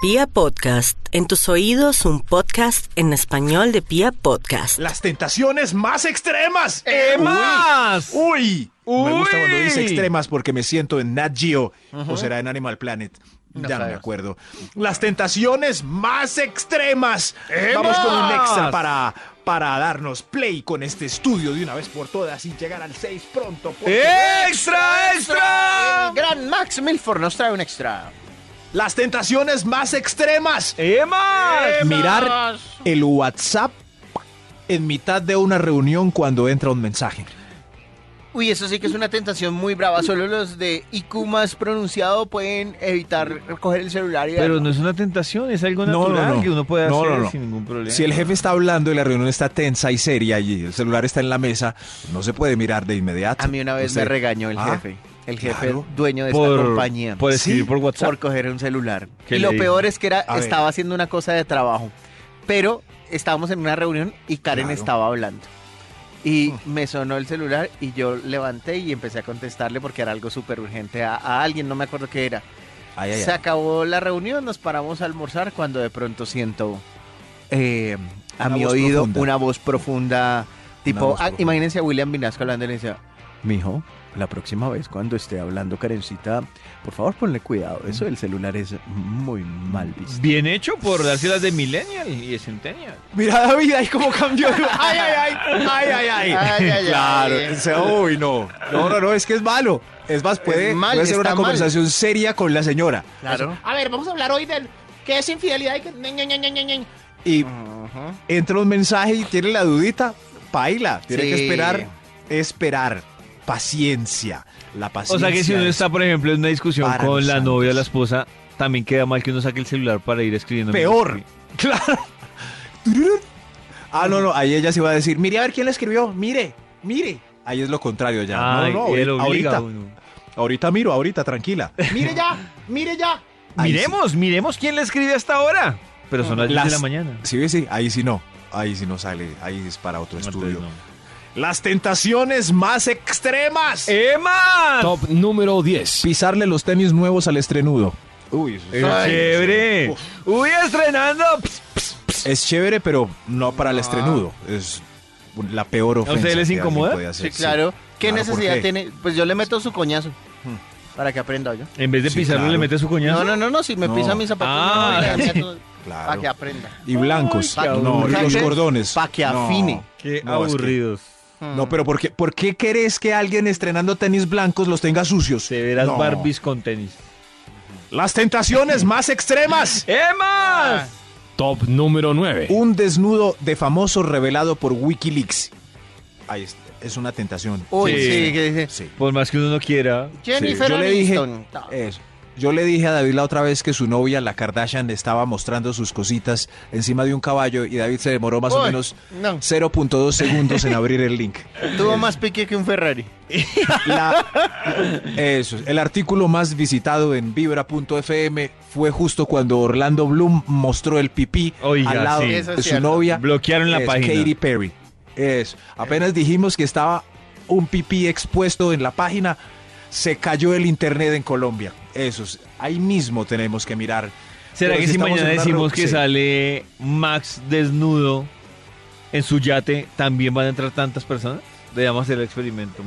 Pia Podcast, en tus oídos un podcast en español de Pia Podcast. Las tentaciones más extremas. ¡Emas! Eh, Uy, uy. Me gusta cuando dice Uy. extremas porque me siento en Nat Geo o será en Animal Planet. ya no me sabemos. acuerdo. Las tentaciones más extremas. Vamos con un extra para, para darnos play con este estudio de una vez por todas y llegar al 6 pronto. porque- ¡Extra, extra! El gran Max Milford nos trae un extra. Las tentaciones más extremas. ¡Emas! Mirar el WhatsApp en mitad de una reunión cuando entra un mensaje. Uy, eso sí que es una tentación muy brava. Solo los de IQ más pronunciado pueden evitar coger el celular y Pero darlo. no es una tentación, es algo No, natural no, no. que uno puede hacer No, no, no. sin ningún problema. Si el jefe está hablando y la reunión está tensa y seria y el celular está en la mesa, no se puede mirar de inmediato. A mí una vez Usted- me regañó el Ah, jefe. El jefe claro. dueño de esta compañía. por escribir Sí, por WhatsApp. por coger un celular. ¿Qué Y le lo dijo? peor es que era, A ver. estaba haciendo una cosa de trabajo. Pero estábamos en una reunión y Karen Claro. estaba hablando. Y me sonó el celular y yo levanté y empecé a contestarle porque era algo súper urgente a, a alguien, no me acuerdo qué era. Ay, ay, ay. Se acabó la reunión, nos paramos a almorzar cuando de pronto siento eh, a Una mi voz oído profunda. una voz profunda. Tipo, voz ah, profunda. imagínense a William Vinasco hablando y le decía, mijo, la próxima vez cuando esté hablando Karencita, por favor ponle cuidado, eso del celular es muy mal visto. Bien hecho por dárselas de Millennial y de Centennial. Mira David ahí cómo cambió. de- Ay, ay, ay, ay, ay, ay. Ay, ay, ay. claro, o sea, uy, no. No, no, no, es que es malo. Es más, puede, Es mal, puede ser está una mal. conversación seria con la señora. Claro. A ver, vamos a hablar hoy del que es infidelidad y que... ñe, ñe, ñe, ñe, ñe. Y entra un mensaje y tiene la dudita, paila. Tiene que Sí. esperar, esperar. Paciencia. La paciencia. O sea que si uno es- está, por ejemplo, en una discusión para con los la santos. novia o la esposa, también queda mal que uno saque el celular para ir escribiendo. Peor. Claro. Tururut. Ah, no, no. Ahí ella se iba a decir, mire a ver quién la escribió. Mire, mire. Ahí es lo contrario ya. No, Ay, no, eh, él ahorita, obliga a ahorita. uno. Ahorita miro, ahorita, tranquila. Mire ya, mire ya. Ahí Miremos, miremos quién le escribe hasta ahora. Pero son las 10 de la Las- mañana. Sí, sí, sí, ahí sí no. Ahí sí no sale. Ahí es para otro estudio. Entonces, Las tentaciones más extremas. no. ¡Emma! Top número 10. Pisarle los tenis nuevos al estrenudo. Uy, eso Eso es está- chévere. Uf, Uy, estrenando. Pss, es chévere, pero no para el estrenudo. Es un- la peor ofensa. Ah. ustedes les que alguien incomoda? puede hacer, Sí, claro. ¿Qué Claro, ¿por necesidad qué? tiene? Pues yo le meto su coñazo para que aprenda yo. En vez de Sí, pisarlo, claro. le mete su No, coñazo. no, no, no, si me No. pisa mis zapatos, Ah. no, le meto Claro. para que aprenda. Y blancos. Ay, no, qué y aburrido. los cordones. Pa' que No. afine. Qué No, es que- aburridos. No, pero ¿por qué, ¿por qué querés que alguien estrenando tenis blancos los tenga sucios? Se verás No. Barbies con tenis. Las tentaciones más extremas. Ah, Ah, ¡Emas! Top número 9. Un desnudo de famoso revelado por Wikileaks. Ahí es, es una tentación. Uy, Sí. sí, que dice. Sí. Por más que uno no quiera. Jennifer Yo le dije eh, Aniston. No. eso. Yo le dije a David la otra vez que su novia, la Kardashian, le estaba mostrando sus cositas encima de un caballo y David se demoró más o Uy, menos no. 0.2 segundos en abrir el link. Tuvo más pique que un Ferrari. La- eso, el artículo más visitado en vibra.fm fue justo cuando Orlando Bloom mostró el pipí Oiga, al lado sí. de Eso es su cierto. novia. Bloquearon la es página. Katy Perry. Eso. Apenas dijimos que estaba un pipí expuesto en la página, se cayó el internet en Colombia. Eso, es, ahí mismo tenemos que mirar. ¿Será Pero si que si estamos mañana en una decimos reunión- que sí. sale Max desnudo en su yate, también van a entrar tantas personas? Debemos hacer el experimento.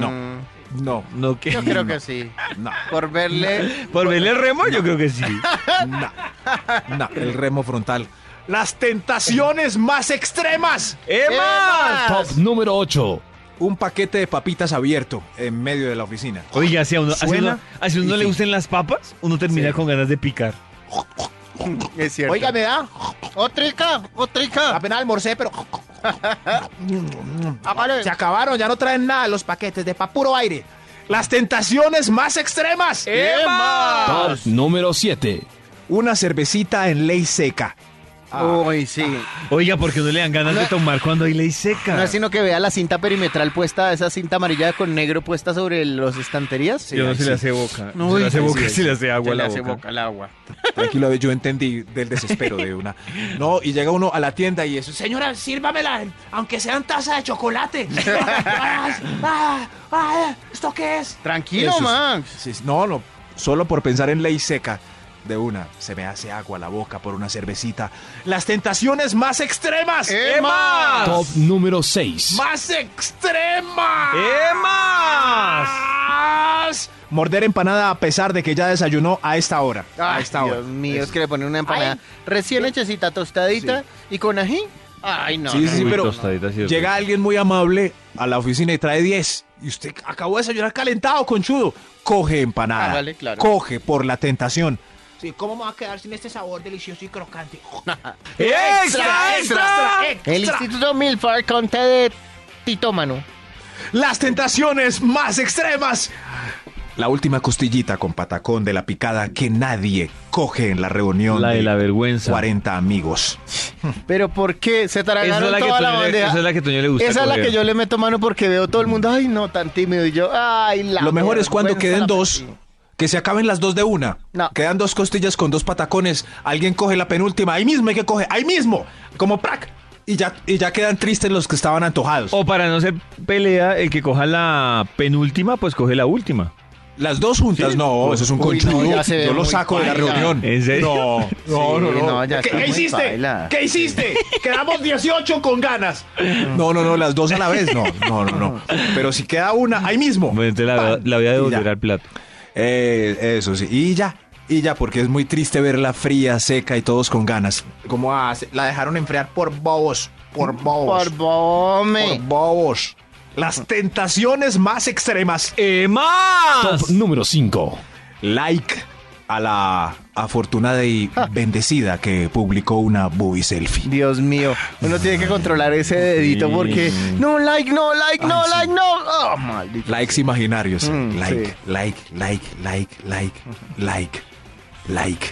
No. No, No, que... Yo creo que sí. no, Por verle. Por verle el remo, yo creo que sí. no, no, el remo frontal. Las tentaciones más extremas. ¡Emma! ¡Emma! Top número 8. Un paquete de papitas abierto en medio de la oficina. Oiga, si a uno, así Suena uno, así uno y le sí. gusten las papas, uno termina con ganas de picar. Es cierto. Ah, Oiga, me da. otrica, otrica. Apenas almorcé, pero... Apare- Se acabaron, ya no traen nada los paquetes de pa' puro aire. Las tentaciones más extremas. Ah, Top número 7. Una cervecita en ley seca. Uy, sí. Oiga, porque no le dan ganas de tomar cuando hay ley seca. No es sino que vea la cinta perimetral puesta, esa cinta amarilla con negro puesta sobre los estanterías. yo no se le hace boca. No se le hace boca, se le hace agua a la boca. al agua. Tranquilo, yo entendí del desespero de una. No, y llega uno a la tienda y eso. Señora, sírvamela, aunque sea en taza de chocolate. Ah, ah, ah, ¿Esto qué es? Tranquilo, Eso es- Max. sí, sí, No, no, solo por pensar en ley seca. de una. Se me hace agua la boca por una cervecita. Las tentaciones más extremas. Eh, ¡Emma! Top número 6. ¡Más extremas! ¡Emas! ¡Más! Morder empanada a pesar de que ya desayunó a esta hora. a Ay, esta hora. Dios mío, es que le ponen una empanada recién hechecita, tostadita y con ají. Ay, no. Sí, sí, sí, Uy, pero tostadita, ¿cierto? llega alguien muy amable a la oficina y trae 10. Y usted acabó de desayunar calentado, conchudo. Coge empanada. Ah, vale, claro. Coge por la tentación. Sí, ¿cómo me va a quedar sin este sabor delicioso y crocante? extra, El Instituto Milfar conta de titómano. Las tentaciones más extremas. La última costillita con patacón de la picada que nadie coge en la reunión La de la vergüenza. 40 amigos. Pero ¿por qué? Esa Se es tragaron la que toda la Toño le- bandeja. esa es la que Toño le gusta Esa es la coger. que yo le meto mano porque veo todo el mundo, ay, no, tan tímido. Y yo, ay, la. Lo mejor es cuando vergüenza queden la dos. metí. Que se acaben las dos de una. No. Quedan dos costillas con dos patacones. Alguien coge la penúltima. Ahí mismo hay que coger. Ahí mismo. Como prac. Y ya, y ya quedan tristes los que estaban antojados. O para no ser pelea, el que coja la penúltima, pues coge la última. Las dos juntas. No, eso es un Uy, no, conchudo. ya se ve Yo lo muy saco de la paila. reunión. ¿En serio? No. Sí, no, ya ¿Qué, está qué muy hiciste? paila. ¿Qué hiciste? Quedamos 18 con ganas. No, no, no, las dos a la vez. No, no, no, no. Pero si queda una, ahí mismo. Bueno, entonces Pues la, Pan. la voy a Y ya. devolver al plato. Eh, eso sí. Y ya. Y ya, porque es muy triste verla fría, seca y todos con ganas. ¿Cómo hace? La dejaron enfriar por bobos. Por bobos. Por bome. Por bobos. Las tentaciones más extremas. Eh, ¡Emas! Top número 5. Like a la afortunada y bendecida que publicó una boy selfie. Dios mío, uno tiene que controlar ese dedito porque no like, no like, no Ay, sí. like, no. Oh, maldito. Likes imaginarios. Mm, like, sí. like, like, like, like, like, like,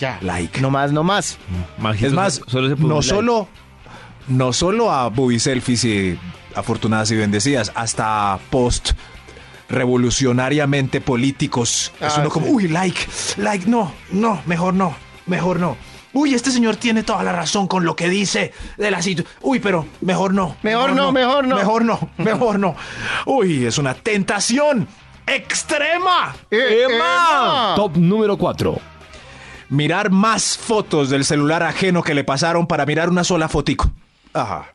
Ya. like. No más, no más. Majito, Es más, solo se puede no un like. solo, no solo a booby selfies y afortunadas y bendecidas, hasta post revolucionariamente políticos. es Ah, uno como, uy, like, like, no, no, mejor no, mejor no. Uy, este señor tiene toda la razón con lo que dice de la situación. Uy, pero mejor no. Mejor no, mejor no. Mejor no, mejor no. Uy, es una tentación extrema. Eh, Emma. Top número 4. Mirar más fotos del celular ajeno que le pasaron para mirar una sola fotico. Ajá.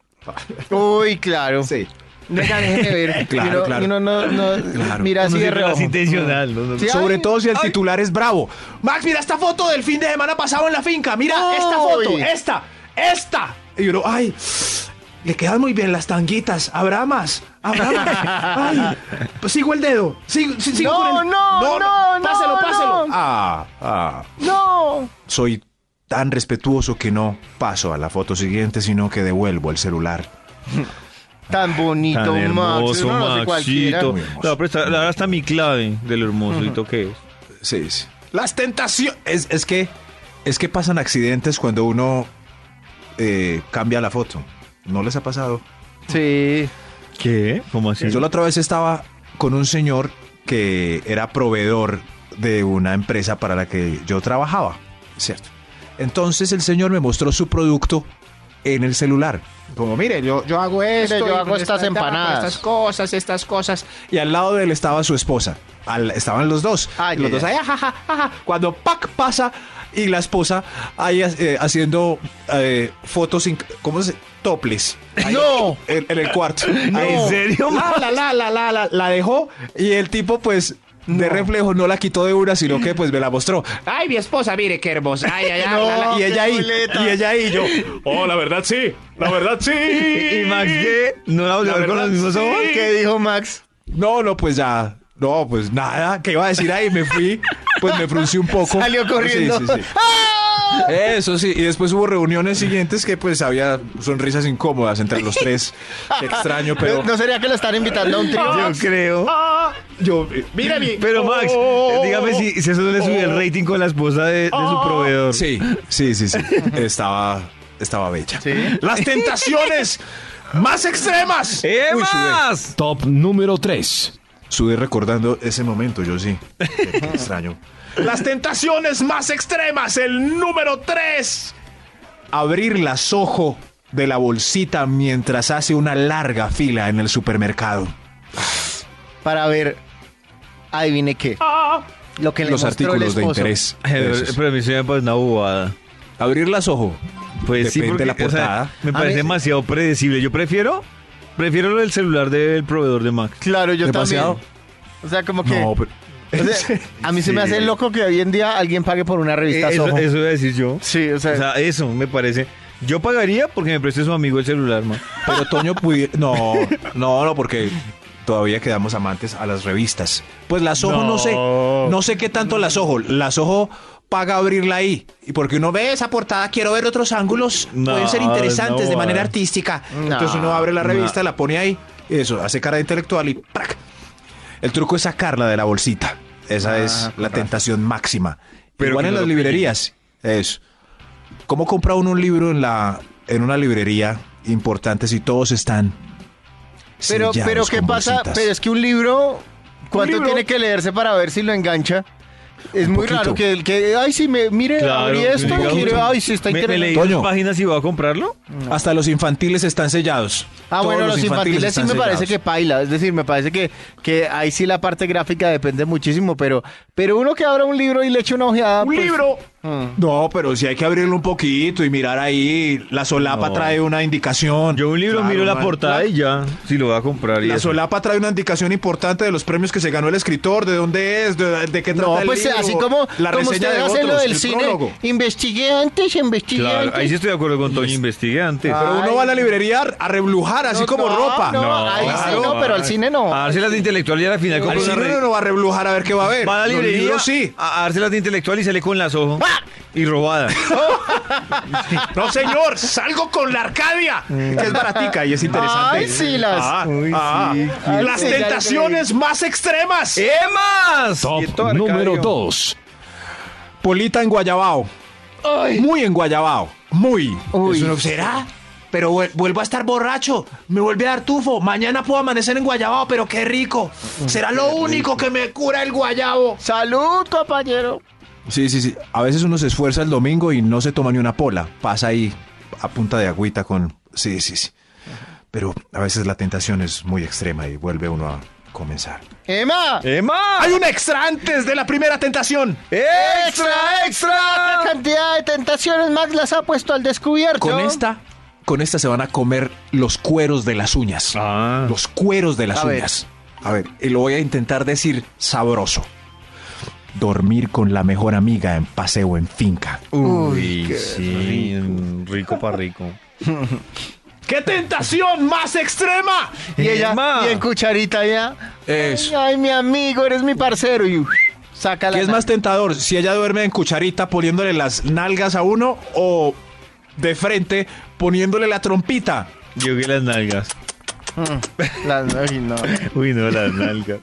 Uy, claro. Sí. Venga, déjeme ver. Claro, Y uno, claro. y uno no, no Claro. mira No así de siempre lo reojo. hace intencional. no, no, Sí, Sobre ay, todo si el ay. titular es bravo. Max, mira esta foto del fin de semana pasado en la finca. Mira esta foto, Uy. esta, esta. Y uno, ay, le quedan muy bien las tanguitas. Habrá más, habrá más. Ay, pues sigo el dedo. Sigo, si- sigo No, con el- no, no, no, Páselo, no. páselo. Ah, ah. No. Soy tan respetuoso que no paso a la foto siguiente, sino que devuelvo el celular. Tan bonito, Tan Max. hermoso, Uno no sé cualquiera. Maxito. Muy hermoso. No, pero está- ahora está mi clave del hermosito que es. Sí, sí. Las tentaciones. Es, es que es que pasan accidentes cuando uno eh, cambia la foto. ¿No les ha pasado? Sí. ¿Qué? ¿Cómo así? Yo la otra vez estaba con un señor que era proveedor de una empresa para la que yo trabajaba, ¿cierto? Entonces el señor me mostró su producto en el celular. Como, mire, yo, yo hago esto. yo y hago pues estas esta- empanadas. Estas cosas, estas cosas. Y al lado de él estaba su esposa. Al- estaban los dos. Ay, Y los ay, dos ay. ahí, ajaja, ajaja. Cuando Pac pasa y la esposa ahí eh, haciendo eh, fotos, inc- ¿cómo se Toples. No. En, en el cuarto. Ahí, ¿En serio? La, la, la, la, la, la, la dejó y el tipo, pues, de reflejo no la quitó de una, sino que, pues, me la mostró. Ay, mi esposa, mire qué hermosa. Ay, ay, ay. la, la. y ella ahí, y ella ahí, yo. Oh, la verdad sí. La verdad sí. ¿Y Max qué? ¿No la volvió a ver con los mismos ojos? ¿Qué dijo Max? No, no, pues ya. No, pues nada. ¿Qué iba a decir ahí? Me fui, pues me fruncí un poco. Salió corriendo. Sí, sí, sí. Eso sí, y después hubo reuniones siguientes que pues había sonrisas incómodas entre los tres. Qué extraño, pero... ¿No, no sería que lo están invitando a un trío? Yo creo. Yo, eh, Mira mi. Pero Oh. Max, dígame si, si eso no le subió el rating con la esposa de, de su Oh. proveedor. Sí, sí, sí, sí. Estaba, estaba bella. Sí. Las tentaciones más extremas. ¡Eh, Uy, sudé. Max! Top número 3. Sudé recordando ese momento, yo sí. Qué extraño. Las tentaciones más extremas, el número 3. Abrir las ojo de la bolsita mientras hace una larga fila en el supermercado. Para ver. Adivine qué. Lo que le los mostró el artículos de esposo. interés. Eso sí. Pero me suena pues una bobada. Abrir las ojos. Pues sí, Depende porque de la o sea, portada. me A parece veces- demasiado predecible. Yo prefiero, prefiero lo del celular del proveedor de Max. Claro, yo Demasiado. también. O sea, como que. No, pero. o sea, a mí se me hace loco que hoy en día alguien pague por una Eh, revista Eso, Soho. eso iba a decir yo. Sí, o sea, O sea, eso me parece. Yo pagaría porque me preste su amigo el celular, man. Pero Toño pudiera. No, no, no, porque todavía quedamos amantes a las revistas. Pues las ojo no, sé. No sé qué tanto las ojo. Las ojo paga abrirla ahí. Y porque uno ve esa portada, quiero ver otros ángulos. No, pueden ser interesantes no, de manera eh. artística. No, Entonces uno abre la revista, la pone ahí. Eso, hace cara de intelectual y ¡prac! El truco es sacarla de la bolsita. Esa Ah, es con la razón. tentación máxima. Pero Igual que en no las lo pillen. librerías. Eso. ¿Cómo compra uno un libro en, la, en una librería importante si todos están pero, sellados pero ¿qué con pasa? bolsitas? Pero es que un libro, ¿cuánto libro- tiene que leerse para ver si lo engancha? Es Un muy poquito. raro que, que, ay, sí, me, mire, abrí que esto, diga, mire, ay, sí, está pues, me, me leí interesante. Toño. dos páginas y voy a comprarlo. Hasta los infantiles están sellados. Ah, Todos bueno, los infantiles, sí están me parece que sellados. paila. Es decir, me parece que, que ahí sí la parte gráfica depende muchísimo, pero, pero uno que abra un libro y le eche una ojeada. Un pues, libro. Mm. No, pero si hay que abrirlo un poquito y mirar ahí. La solapa No. trae una indicación. Yo un libro Claro, miro la man. portada y ya, si lo voy a comprar. Y La eso. solapa trae una indicación importante de los premios que se ganó el escritor, de dónde es, de, de qué trata No, el pues libro, así como, la como reseña ustedes de hacen lo otros, del el cine, prólogo. investigué antes, investigué Claro, antes. ahí sí estoy de acuerdo con Toño, investigué antes. Ah, Pero uno va a la librería a reblujar, así No, como no, ropa. no, ahí claro. sí no, pero al cine no. A darse las de intelectual y a la final Al compra una cine re- uno no va a reblujar a ver qué va a ver. Va a la Los librería libros sí. a a darse las de intelectual y sale con las ojos. Y robada. No, señor, salgo con la Arcadia, que es baratica y es interesante. Ay, sí, las- Ah, Uy, ah, sí, qué- las Ay, sí, ya tentaciones más extremas. ¡Emas! Top Quieto, Arcadio. número 2. Polita en Guayabao. Muy en Guayabao. Muy. Uy. Es uno, ¿Será? Pero vuel- vuelvo a estar borracho. Me vuelve a dar tufo. Mañana puedo amanecer en Guayabao, pero qué rico. Será lo único que me cura el guayabo. Salud, compañero. Sí, sí, sí. A veces uno se esfuerza el domingo y no se toma ni una pola. Pasa ahí a punta de agüita con... Sí, sí, sí. Pero a veces la tentación es muy extrema y vuelve uno a comenzar. Emma, ¡Emas! Hay un extra antes de la primera tentación. ¡Extra, la extra! cantidad de tentaciones Max las ha puesto al descubierto. Con esta, con esta se van a comer los cueros de las uñas. Ah. Los cueros de las A ver. uñas. A ver, y lo voy a intentar decir sabroso. Dormir con la mejor amiga en paseo en finca. Uy, sí, rico para rico. ¡Qué tentación más extrema! Y ella, Emma. y en cucharita ya. Eso. Ay, ay, mi amigo, eres mi parcero. Y uf, saca la. ¿Qué es más tentador? Si ella duerme en cucharita poniéndole las nalgas a uno o de frente poniéndole la trompita. Yo que las nalgas. Las- ay, no, Uy, no, las nalgas.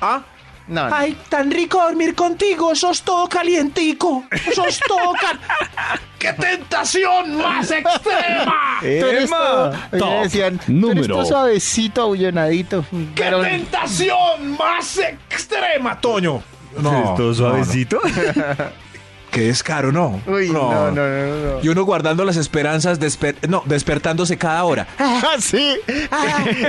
¿Ah? no, no. Ay, tan rico dormir contigo, sos todo calientico, sos todo cal... ¡Qué tentación más extrema! Tú eres todo- ¡Emma! Oye, Top decían, tú eres número- todo suavecito, abullonadito. ¡Qué Pero- tentación más extrema, Toño! No, ¿Todo suavecito? que es caro, ¿no? Uy, no, no, no, no. Y uno guardando las esperanzas, desper- no, despertándose cada hora. Ah, Ah. sí.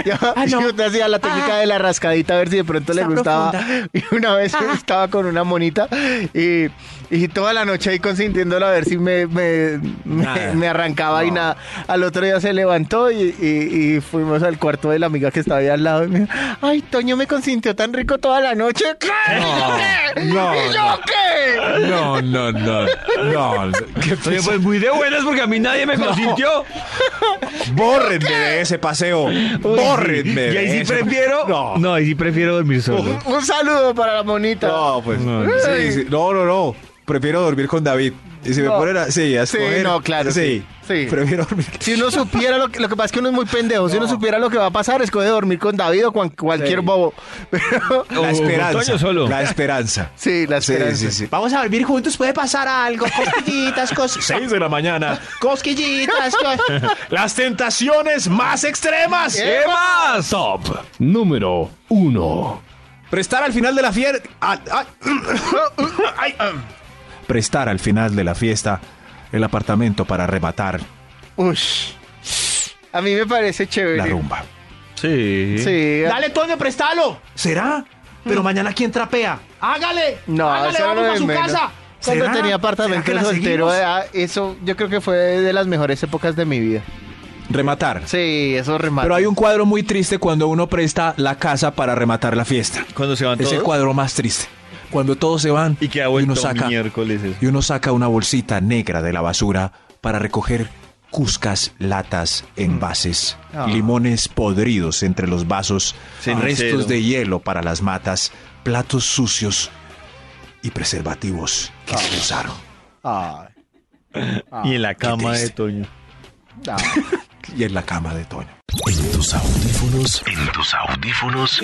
yo, yo te hacía la técnica de la rascadita a ver si de pronto le gustaba. Y una vez estaba con una monita y, y toda la noche ahí consintiéndola a ver si me, me, me- Nada. me arrancaba y No. nada. Al otro día se levantó y, y- y fuimos al cuarto de la amiga que estaba ahí al lado. Y me dijo, ay, Toño me consintió tan rico toda la noche. ¿Qué? ¿Y yo qué? no, ¿Y yo no. qué? No, no, no, no. ¿Qué Oye, pues muy de buenas porque a mí nadie me consintió. Bórrenme de ese paseo. Bórrenme. Y ahí de sí ese- prefiero. No. ahí sí prefiero dormir solo. Un saludo para la monita. No, pues. No, no. sí, sí. no, no, no. Prefiero dormir con David. Y si me No. ponen a- Sí, a Sí, escoger- no, claro, Sí. sí, sí. Prefiero dormir. Si uno supiera lo que, lo que pasa es que uno es muy pendejo. Si uno supiera lo que va a pasar, escoge dormir con David o con cualquier bobo. Pero La esperanza. Toño solo. La esperanza. sí, la esperanza. Sí, sí, sí. Vamos a dormir juntos, puede pasar algo. Cosquillitas, cosquillitas. Seis de la mañana. Cosquillitas. Las tentaciones más extremas. ¿Qué más? Top número 1. Prestar al final de la fiesta. Prestar al final de la fiesta el apartamento para rematar Ush. A mí me parece chévere. la rumba. Sí. Sí. Dale, Toño, préstalo. Mm. ¿Será? Pero mañana quién trapea. hágale, No, hágale, eso era vamos lo a de su menos. casa. Cuando ¿Será? tenía apartamento ¿Será que la soltero, seguimos? ah, eso yo creo que fue de las mejores épocas de mi vida. Rematar. Sí, eso remata. Pero hay un cuadro muy triste cuando uno presta la casa para rematar la fiesta. Cuando se van Es el todos cuadro más triste. Cuando todos se van y queda vuelto uno saca miércoles eso. y uno saca una bolsita negra de la basura para recoger cuscas, latas, envases, limones podridos entre los vasos, Cenicero. restos de hielo para las matas, platos sucios y preservativos que se usaron. Ay, Y en la cama de Ah, triste. Toño. ah. Y en la cama de Toño. En tus audífonos. En tus audífonos.